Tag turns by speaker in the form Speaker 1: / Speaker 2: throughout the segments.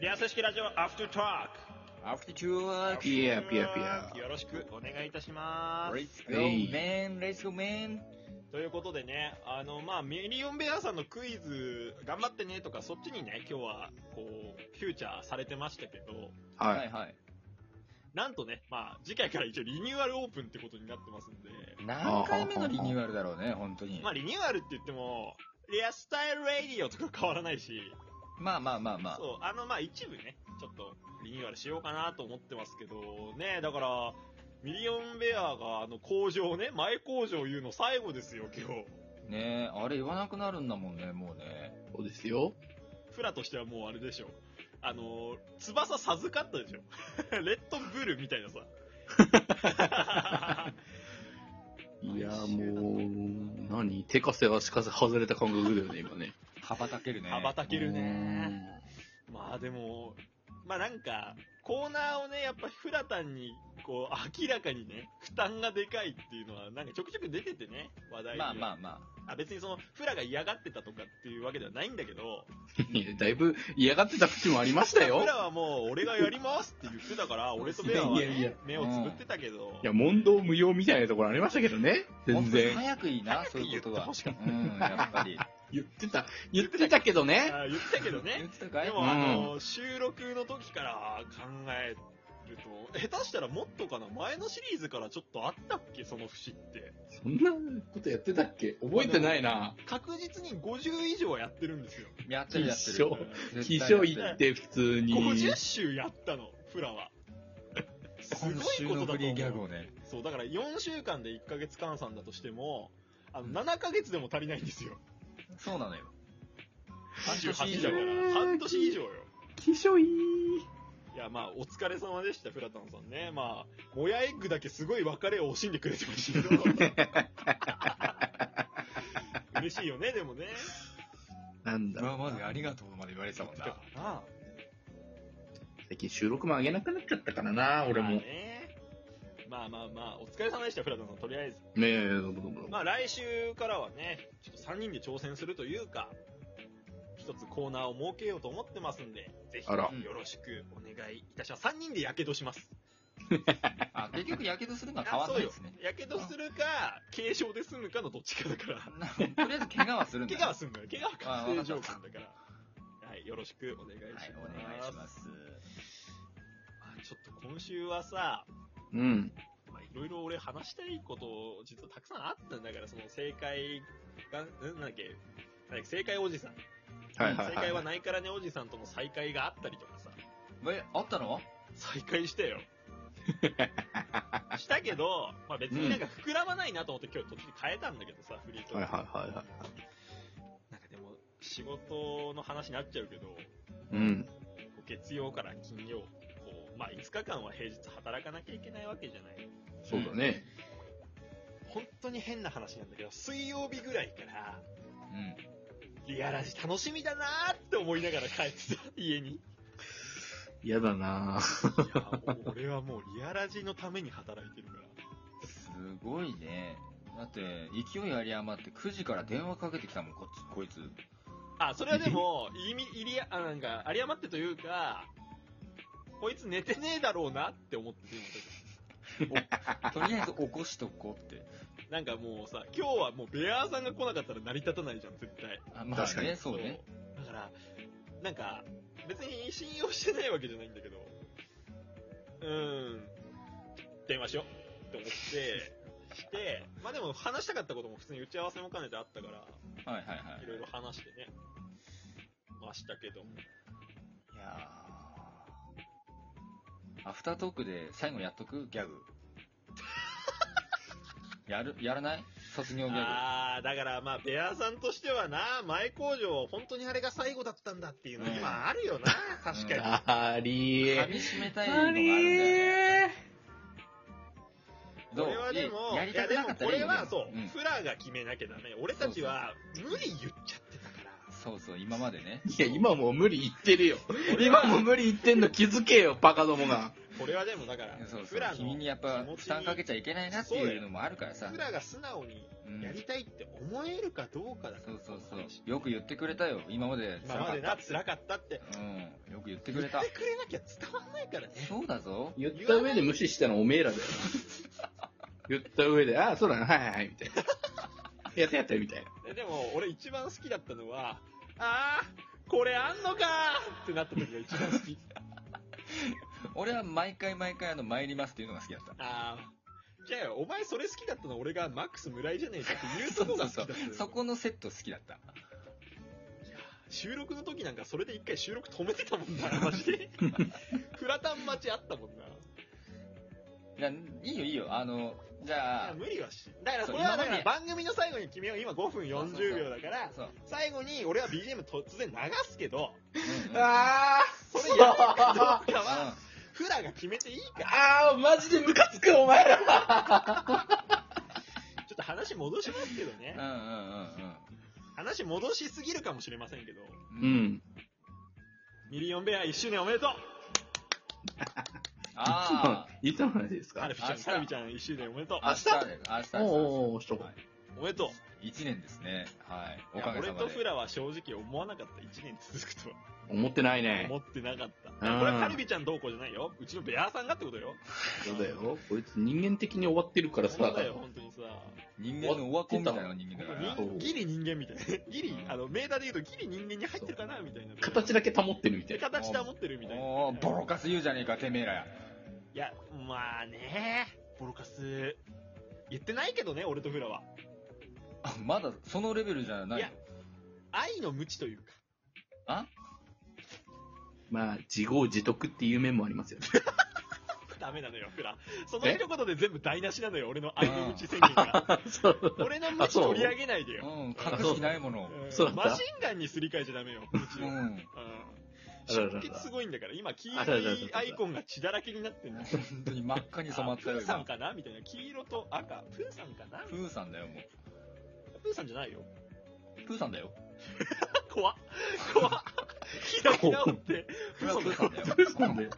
Speaker 1: リアス式ラジオアフタートー
Speaker 2: アフターチュー
Speaker 1: ク。
Speaker 2: ピアピアピア。
Speaker 1: よろしくお願いいたします。
Speaker 2: Let's go,
Speaker 3: Hey.
Speaker 2: man. Let's go, man.
Speaker 1: ということでね、あの、まあ、ミリオンベアさんのクイズ、頑張ってねとか、そっちにね、今日は、こう、フューチャーされてましたけど、
Speaker 2: は
Speaker 3: はい
Speaker 2: はい。
Speaker 1: なんとね、まあ、次回から一応リニューアルオープンってことになってますんで、
Speaker 2: 何
Speaker 3: 何
Speaker 2: 回
Speaker 3: 回
Speaker 2: 目
Speaker 3: 目
Speaker 2: の
Speaker 3: の
Speaker 2: リ
Speaker 3: リ
Speaker 2: ニュ
Speaker 3: ニュ
Speaker 2: ー
Speaker 3: ー
Speaker 2: ア
Speaker 3: ア
Speaker 2: ル
Speaker 3: ル
Speaker 2: だ
Speaker 3: だ
Speaker 2: ろうね、本当に
Speaker 1: ま。あ、リニューアルって言っても、リアスタイルレディオとか変わらないし、
Speaker 2: まあまあまあまあ。
Speaker 1: そう、あの、まあ、一部ね、ちょっとリニューアルしようかなと思ってますけど、ね、だから、ミリオンベアが、あの、工場ね、前工場言うの最後ですよ、今日。
Speaker 2: ねえ、あれ言わなくなるんだもんね、もうね。
Speaker 3: そうですよ。
Speaker 1: フラとしてはもうあれでしょ。あの、翼授かったでしょ。 レッドブルみた いなさ。
Speaker 3: いや、もう、何手かせ足かせ外れた感覚だよね、今ね。
Speaker 2: 羽ばたけるね。
Speaker 1: 羽ばたけるね。まあでも、まあなんか、コーナーをね、やっぱフラタンに、こう、明らかにね、負担がでかいっていうのは、なんかちょくちょく出ててね、話題に。
Speaker 2: まあまあま
Speaker 1: あ別にその、フラが嫌がってたとかっていうわけではないんだけど、
Speaker 3: いや、だいぶ嫌がってた口もありましたよ
Speaker 1: フ。ラはもう、俺がやりますって言ってた から、俺とベアは、
Speaker 3: いやいやい
Speaker 1: ね
Speaker 3: や、
Speaker 1: 目をつぶってたけど、
Speaker 3: いや、問答無用みたいなところありましたけどね。
Speaker 2: あ。も
Speaker 3: 全
Speaker 2: っと
Speaker 3: 然。
Speaker 2: 早くいいな、そういうこと は。うん、やっぱり。
Speaker 3: 言ってた。言ってたけどね。
Speaker 1: あ言ってたけどね
Speaker 2: 言っ。てたかい
Speaker 1: でも、あの、収録の時から考えると、下手したらもっとかな、前のシリーズからちょっとあったっけ、その節って。
Speaker 3: そんなことやってたっけ覚えてないな。
Speaker 1: 確実に50以上はやってるんですよ。
Speaker 2: やってるやって
Speaker 3: 一
Speaker 2: る
Speaker 3: 緒。。
Speaker 2: 絶
Speaker 3: 気
Speaker 2: 対や
Speaker 3: 象
Speaker 2: ってる
Speaker 3: 行って普通に。
Speaker 1: 50週やったの、フラ は。すごい
Speaker 2: 今週
Speaker 1: こ
Speaker 2: の
Speaker 1: とだ
Speaker 2: フ
Speaker 1: と
Speaker 2: リーギャグ
Speaker 1: 思う。
Speaker 2: をね。
Speaker 1: そう、だから4週間で1ヶ月換算だとしても、あの、7ヶ月でも足りないんですよ。
Speaker 2: そうなのよ。
Speaker 1: 28
Speaker 3: だ
Speaker 1: だから。半年以上よ。
Speaker 3: 気象い
Speaker 1: いや、まあ、お疲れ様でした、フラタンさんね。まあ、もやエッグだけすごい別れを惜しんでくれてましたけど。嬉しいよね、でもね。
Speaker 3: なんだ
Speaker 2: ま
Speaker 3: ろ
Speaker 2: あ
Speaker 3: う。
Speaker 2: まずありがとうまで言われてたもん な。
Speaker 1: ああ、
Speaker 3: 最近収録も上げなくなっちゃったからな、俺
Speaker 1: まあ
Speaker 3: も。
Speaker 1: ね。まあまあまあ、お疲れ様でした、フラタンさん、とりあえず。
Speaker 3: ねえ、どうもどうもどうも
Speaker 1: まあ、来週からはね、ちょっと3人で挑戦するというか、一つコーナーを設けようと思ってますんで、ぜひ、
Speaker 3: あら
Speaker 1: よろしくお願いいたします。3人で火傷します。
Speaker 2: あ、結局、やけどするのは変わんない ですね。
Speaker 1: 火傷するか、軽傷で済むかのどっちかだから。
Speaker 2: な とりあえず、怪我はするんだ
Speaker 1: 怪
Speaker 2: ね。
Speaker 1: 我はすんのよ。怪我は確定条件だか
Speaker 2: あ
Speaker 1: ら。はい、よろしくお願いします。
Speaker 2: はい、お願いします。
Speaker 1: あちょっと今週はさ、
Speaker 3: うん。
Speaker 1: まあいろいろ俺話したいこと、実はたくさんあったんだから、その正解が、んなんだっけ、なんだっけ正解おじさん。
Speaker 3: はいはい
Speaker 1: 正解
Speaker 3: は。
Speaker 1: はいないからねおじさんとの再会があったりとかさ、
Speaker 2: え、あったの
Speaker 1: 再会した よ。したけど、まあ別になんか膨らまないなと思って今日途中で変えたんだけどさ、フリートーク
Speaker 3: はいはいはいは
Speaker 1: なんかでも、仕事の話になっちゃうけど、
Speaker 3: い。うん。
Speaker 1: 月曜から金曜、こう、まあ5日間は平日働かなきゃいけないわけじゃない。
Speaker 3: そうだね。
Speaker 1: 本当に変な話なんだけど、水曜日ぐらいから、
Speaker 2: うん。
Speaker 1: リアラジ楽しみだなーって思いながら帰ってた、家に。い
Speaker 3: 嫌だなぁ。
Speaker 1: や、もう俺はもうリアラジのために働いてるから。
Speaker 2: すごいね。だって、勢いあり余って9時から電話かけてきたもん、こっち、こいつ。
Speaker 1: あ、それはでも、いみ、いりあ、あなんか、有り余ってというか、こいつ寝てねえだろうなって思ってて今
Speaker 2: とりあえず起こしとこうって。
Speaker 1: なんかもうさ、今日はもうベアーさんが来なかったら成り立たないじゃん、絶対。
Speaker 2: あまあ
Speaker 3: 確か
Speaker 2: ね、
Speaker 3: に
Speaker 2: そうね。
Speaker 1: そう。だから、なんか、別に信用してないわけじゃないんだけど、うーん、電話しようって思って、して、まあでも話したかったことも普通に打ち合わせも兼ねてあったから、
Speaker 2: はいはいはい
Speaker 1: ろいろ話してね、ましたけども。
Speaker 2: い。いやーアフタートークで最後やっとくギャグ。 やる、やらない卒業ギャ
Speaker 1: ああ、だからまあ、ベアさんとしてはな、前工場、本当にあれが最後だったんだっていうの
Speaker 2: うん
Speaker 1: 今あるよな、確かに。
Speaker 2: うん
Speaker 3: あり
Speaker 2: グ。
Speaker 3: え
Speaker 2: 噛。み締めたいのがあるんだよね。どう
Speaker 1: これはでも、
Speaker 2: いやりたくなかった
Speaker 1: いや
Speaker 2: らいい
Speaker 1: でもこれはそう、
Speaker 2: うん
Speaker 1: フラが決めなきゃダメ。俺たちは無理言っちゃってたから。
Speaker 2: そうそう、今までね。
Speaker 3: いや、今もう無理言ってるよ。今もう無理言ってんの気づけよ、バカどもが。
Speaker 1: これはでもだから、
Speaker 2: そうそ
Speaker 1: フ
Speaker 2: う
Speaker 1: ラ、の
Speaker 2: 君にやっぱ
Speaker 1: 気持ちに
Speaker 2: 負担かけちゃいけないなっていうのもあるからさ
Speaker 1: フ。ラが素直に
Speaker 2: うん
Speaker 1: やりたいって思えるかどうかだから、
Speaker 2: そうそう
Speaker 1: この話
Speaker 2: そう。よく言ってくれたよ、今まで。
Speaker 1: 今までな、辛かったって。
Speaker 2: うん、よく言ってくれた
Speaker 1: 言っ。てくれなきゃ伝わんないからね。
Speaker 2: そうだぞ。
Speaker 3: 言った上で無視したのはおめえらだよ。言った上で、ああ、そうだな、はいはいはい、みたいな。やったやったよみたいな。
Speaker 1: えでも、俺一番好きだったのは、あー、これあんのかーってなった時が一番 好き。
Speaker 2: 俺は毎回毎回あの、参りますっていうのが好きだった。
Speaker 1: あー。じゃあ、お前それ好きだったの俺がマックス村井じゃねえかって言うとこが好きだったのよ
Speaker 2: そこのセット好きだった。
Speaker 1: 収録の時なんかそれで一回収録止めてたもん な、マジで。フラタン待ちあったもんな。
Speaker 2: い
Speaker 1: い
Speaker 2: や、いいよいいよ。あの、じゃあ
Speaker 1: や、無理はし。だから
Speaker 2: そう
Speaker 1: これはだか
Speaker 2: 今ま
Speaker 1: ら
Speaker 2: で
Speaker 1: 番組の最後に君は今5分40秒だから、
Speaker 2: そう。
Speaker 1: 最後に俺は BGM 突然流すけど、
Speaker 2: うんうん
Speaker 3: ああ、
Speaker 1: それやるかどう か
Speaker 2: うん
Speaker 1: は、フラが決めていいか。
Speaker 3: ああ、マジでムカつく、お前ら。
Speaker 1: ちょっと話戻しますけどね
Speaker 2: う。んうんうん
Speaker 1: 話戻しすぎるかもしれませんけど、
Speaker 2: うん。
Speaker 3: う。ん。
Speaker 1: ミリオンベア1周年おめでとう
Speaker 2: ああ。
Speaker 3: いつのいつの話です
Speaker 1: カ
Speaker 3: か
Speaker 1: ルビちゃ
Speaker 2: 明
Speaker 1: ん、
Speaker 2: 日
Speaker 1: カルビちゃん1周年おめでとう
Speaker 3: 明日
Speaker 2: で明日。
Speaker 3: おおおー、しとこう
Speaker 2: はい
Speaker 1: おめでとう
Speaker 2: 一年ですね。はい。お
Speaker 1: いや
Speaker 2: かげ
Speaker 1: 俺
Speaker 2: さま
Speaker 1: と
Speaker 2: で
Speaker 1: フ。ラは正直思わなかった1年続くとは
Speaker 3: 思ってないね。
Speaker 1: 思ってなかった。
Speaker 3: うん
Speaker 1: これはカルビちゃんどうこうじゃないよ。うちのベアさんがってことよ。
Speaker 3: そうだよ。こいつ人間的に終わってるからさ。
Speaker 1: そうだよ、本当にさ。
Speaker 2: 人間のオワコンみたいな人間だから。
Speaker 3: そう
Speaker 1: 人ギリ人間みたいな。ギリ
Speaker 2: う、ん
Speaker 1: あの、メーターで言うとギリ人間に入ってるかなみたいな。
Speaker 3: 形だけ保ってるみたいな。
Speaker 1: 形保ってるみたいな。
Speaker 2: おおボロカス言うじゃねえか、てめえらや。
Speaker 1: いや、まあね、ボロカス。言ってないけどね、俺とフラは。
Speaker 2: あ まだそのレベルじゃないい
Speaker 1: や愛の無知というか。
Speaker 2: あ
Speaker 3: まあ、自業自得っていう面もありますよね。
Speaker 1: ダメなのよ、フラ。その
Speaker 3: え
Speaker 1: 一言で全部台無しなのよ、俺の愛の無知宣言 が。
Speaker 3: そう。
Speaker 1: 俺の無知取り上げないで
Speaker 2: う
Speaker 1: よ。
Speaker 2: ん、隠してないもの。
Speaker 1: うん
Speaker 3: そうだった
Speaker 1: マシンガンにすり替えちゃダメよ、無知
Speaker 2: う
Speaker 1: を。
Speaker 2: ん。
Speaker 1: うん
Speaker 3: あらら
Speaker 1: 出
Speaker 3: ら
Speaker 1: 血すごいんだから、今、黄
Speaker 3: あららら
Speaker 1: 色
Speaker 3: ら
Speaker 1: いアイコンが血だらけになってんの。
Speaker 2: 本当に真っ赤に染まっ
Speaker 1: あ
Speaker 2: た
Speaker 1: プ
Speaker 2: よ。
Speaker 1: ーさん
Speaker 2: 今
Speaker 1: かなみたいな。黄色と赤。プーさんかな
Speaker 2: プーさんだよ、もう。
Speaker 1: プーさんじゃないよ。
Speaker 2: プーさんだよ。
Speaker 1: 怖っ。怖っ。開き直って。
Speaker 2: プーさんプーさんだよ。
Speaker 3: なんで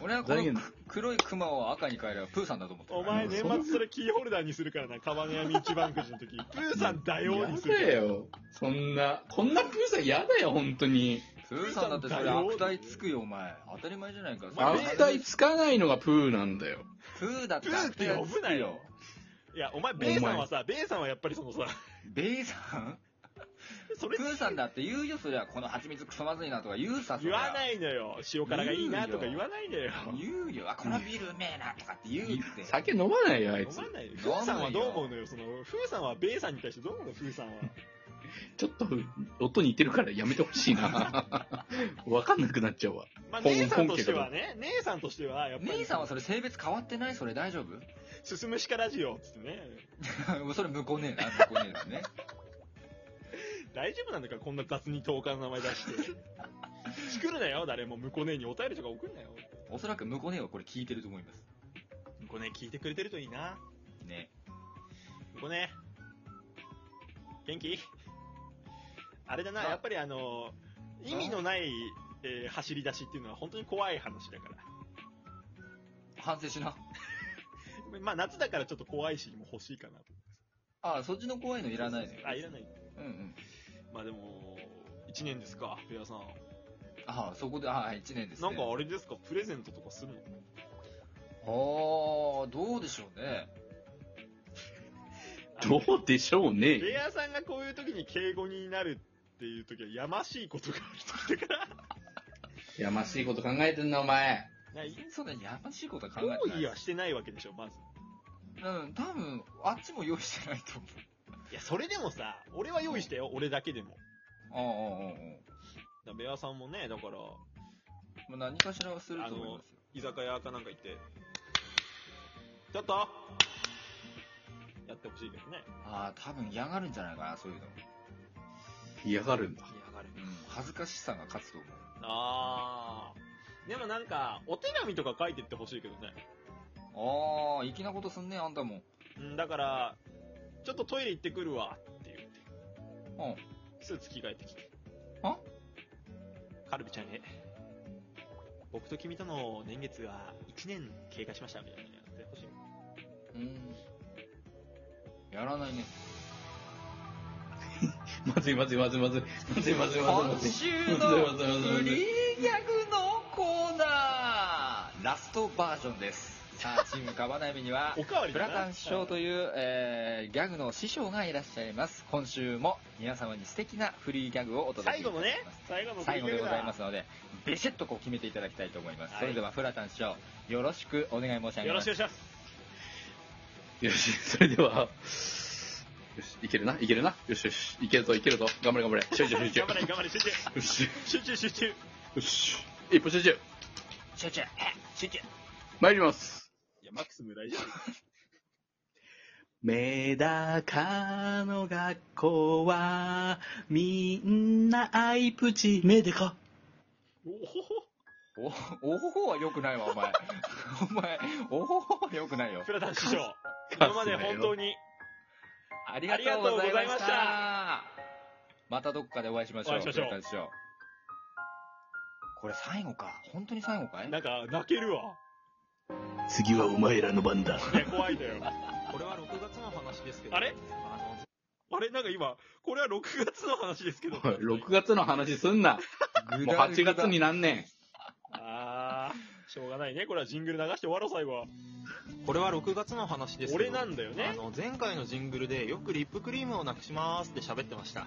Speaker 2: 俺はこ
Speaker 3: 残念
Speaker 2: の黒いクマを赤に変えればプーさんだと思って
Speaker 1: お前、
Speaker 3: ね
Speaker 1: 年末それキーホルダーにするからな。カバネヤミ一番くじの時。プーさんだよ
Speaker 3: や
Speaker 1: にするか
Speaker 3: だ
Speaker 1: ら。
Speaker 3: よ。そんな、こんなプーさんやだよ、本当に。
Speaker 2: プーさんだってそれ悪態つくよ、お前。当たり前じゃないか。
Speaker 1: あ
Speaker 3: あ
Speaker 1: ん
Speaker 3: ん
Speaker 1: た
Speaker 3: たつかないのがプーなんだよ。
Speaker 2: プーだって
Speaker 1: プーって呼ぶなよ。いや、お前、ベイさんはさ、ベイさんはやっぱりそのさ、
Speaker 2: ベイさん
Speaker 1: そ
Speaker 2: プ
Speaker 1: れ
Speaker 2: ーさんだって言うよ、そりゃ。この蜂蜜クソまずいなとか言うさ、そり
Speaker 1: 言
Speaker 2: ゃ
Speaker 1: わないのよ。塩辛がいいなとか言わないのよ。
Speaker 2: 言うよ。あ、このビールうめえなとかって言うって。
Speaker 3: 酒飲まないよ、あい
Speaker 1: 飲
Speaker 3: つ
Speaker 1: ま。ないよ。ふーさんはどう思うのよ。その、ふーさんはベイさんに対してどう思うのふーさんは。
Speaker 3: ちょっと、音似てるからやめてほしいな。わかんなくなっちゃうわ。
Speaker 1: まあ、
Speaker 3: 本
Speaker 1: 姉さんとしてはね、姉さんとしては、やっぱり、
Speaker 2: 姉さんはそれ性別変わってないそれ大丈
Speaker 1: 進むしかラジオっつってね、
Speaker 2: 夫 それ向こうねえな、向こうねえだ ね。
Speaker 1: 大丈夫なんだからこんな雑に10日の名前出して。作るなよ、誰も。向こう姉にお便りとか送んなよ。
Speaker 2: おそらく向こうねえはこれ聞いてると思います。
Speaker 1: 向こう姉聞いてくれてるといいな。
Speaker 2: ね。
Speaker 1: 向こう姉。元気あれだな、
Speaker 2: あ
Speaker 1: やっぱりあの、意味のない、えー走り出しっていうのは本当に怖い話だから。
Speaker 2: 反省しな。
Speaker 1: まあ夏だからちょっと怖いし、も欲しいかなと。
Speaker 2: あ、そっちの怖いのいらないのよ。
Speaker 1: あ、いらない。
Speaker 2: うんうん。
Speaker 1: まあでも、1年ですか、ペアさん。
Speaker 2: あ、そこで、あ、1年ですね。
Speaker 1: なんかあれですか、プレゼントとかするの
Speaker 2: あー、どうでしょうね。
Speaker 3: どうでしょうね。
Speaker 1: レイヤーさんがこういう時に敬語になるっていう時はやましいことがある時だから。
Speaker 3: やましいこと考えてんな、お前。
Speaker 1: ない
Speaker 2: そんなやましいことは考えてな
Speaker 1: 用
Speaker 2: い
Speaker 1: 意。はしてないわけでしょ、まず。
Speaker 2: うん、多分、あっちも用意してないと思う。
Speaker 1: いや、それでもさ、俺は用意したよ、俺だけでも。
Speaker 2: ああ、ああ、あ
Speaker 1: だベアさんもね、だから、
Speaker 2: あ。まあ、何かしらはすると思いますよ。
Speaker 1: 居酒屋かなんか行って、ちょっとやってほしいけどね。
Speaker 2: ああ、多分嫌がるんじゃないかな、そういうの。
Speaker 3: 嫌がるんだ。
Speaker 1: 嫌がる。
Speaker 2: うん、恥ずかしさが勝つと思う。
Speaker 1: あー。でもなんか、お手紙とか書いてってほしいけどね。
Speaker 2: ああ、粋なことすんね、あんたも。
Speaker 1: うん、だから、ちょっとトイレ行ってくるわって言って、
Speaker 2: うん。
Speaker 1: スーツ着替えてきて。
Speaker 2: うん。あ
Speaker 1: カルビちゃんへ。僕と君との年月が1年経過しましたみたいなのやってほしい。
Speaker 2: うん。やらないね。
Speaker 3: まずいまずいまずいまずい。まずいまずいまずいまずい。
Speaker 2: 週
Speaker 3: のフリー
Speaker 2: ギャグのコーナーラストバージョンです。さあ、チームカバナエビには
Speaker 1: お、かわり
Speaker 2: ブ
Speaker 1: だな
Speaker 2: ラタン師匠という、えーギャグの師匠がいらっしゃいます。今週も皆様に素敵なフリーギャグをお届け
Speaker 1: 最
Speaker 2: いたしま
Speaker 1: 後の
Speaker 2: す。
Speaker 1: ね、最後の。
Speaker 2: 最後でございますすので、ビシッとこう決めていただきたいと思います。
Speaker 1: はい
Speaker 2: それでは、フラタン師匠、よろしくお願い申し上げ
Speaker 1: よろ
Speaker 2: ま
Speaker 1: し
Speaker 2: す。
Speaker 1: くお願いします。
Speaker 3: よし、それでは。よし、いけるな、いけるな。よしよし、いけるぞ、いけるぞ。頑張れ、頑張れ。集中、集中。
Speaker 1: 頑張れ、頑張れ、集中。
Speaker 3: よし、
Speaker 1: 集中、集中。
Speaker 3: よし。一歩集中。
Speaker 2: 集中、集中。
Speaker 3: 参ります。
Speaker 1: いや、マックス無大事。
Speaker 3: メダカの学校は、みんなアイプチメデカ。
Speaker 1: おほほ。
Speaker 2: お、おほほは良くないわ、お前。 お前、おほほは良くないよ。
Speaker 1: フラタン師匠。
Speaker 3: カス
Speaker 1: 今まで本当に
Speaker 2: ありがとうございました。またどっかでお会いしましょう。
Speaker 1: お会いしましょう
Speaker 2: 黒田師匠これ最後か。本当に最後かい
Speaker 1: なんか泣けるわ。
Speaker 3: 次はお前らの番だ。
Speaker 1: いや、怖いんだよ。
Speaker 4: これは6月の話ですけど。
Speaker 1: あれ
Speaker 4: あの、
Speaker 1: あれなんか今、これは6月の話ですけど。
Speaker 3: 6月の話すんな。
Speaker 2: ぐ
Speaker 3: もう
Speaker 2: だぐ
Speaker 3: 8
Speaker 2: だ
Speaker 3: 月になんねん。
Speaker 1: あー、しょうがないね。これはジングル流して終わろう、最後は。
Speaker 4: これは6月の話ですけど。
Speaker 1: 俺なんだよ
Speaker 4: あ
Speaker 1: ね。
Speaker 4: の、前回のジングルでよくリップクリームをなくしますって喋ってました。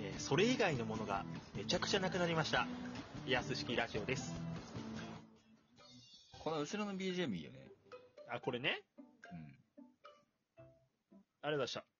Speaker 4: えーそれ以外のものがめちゃくちゃなくなりました。やすしきラジオです。
Speaker 2: この後ろの BGM いいよね。
Speaker 1: あ、これね。
Speaker 2: うん。
Speaker 1: ありがとうございました。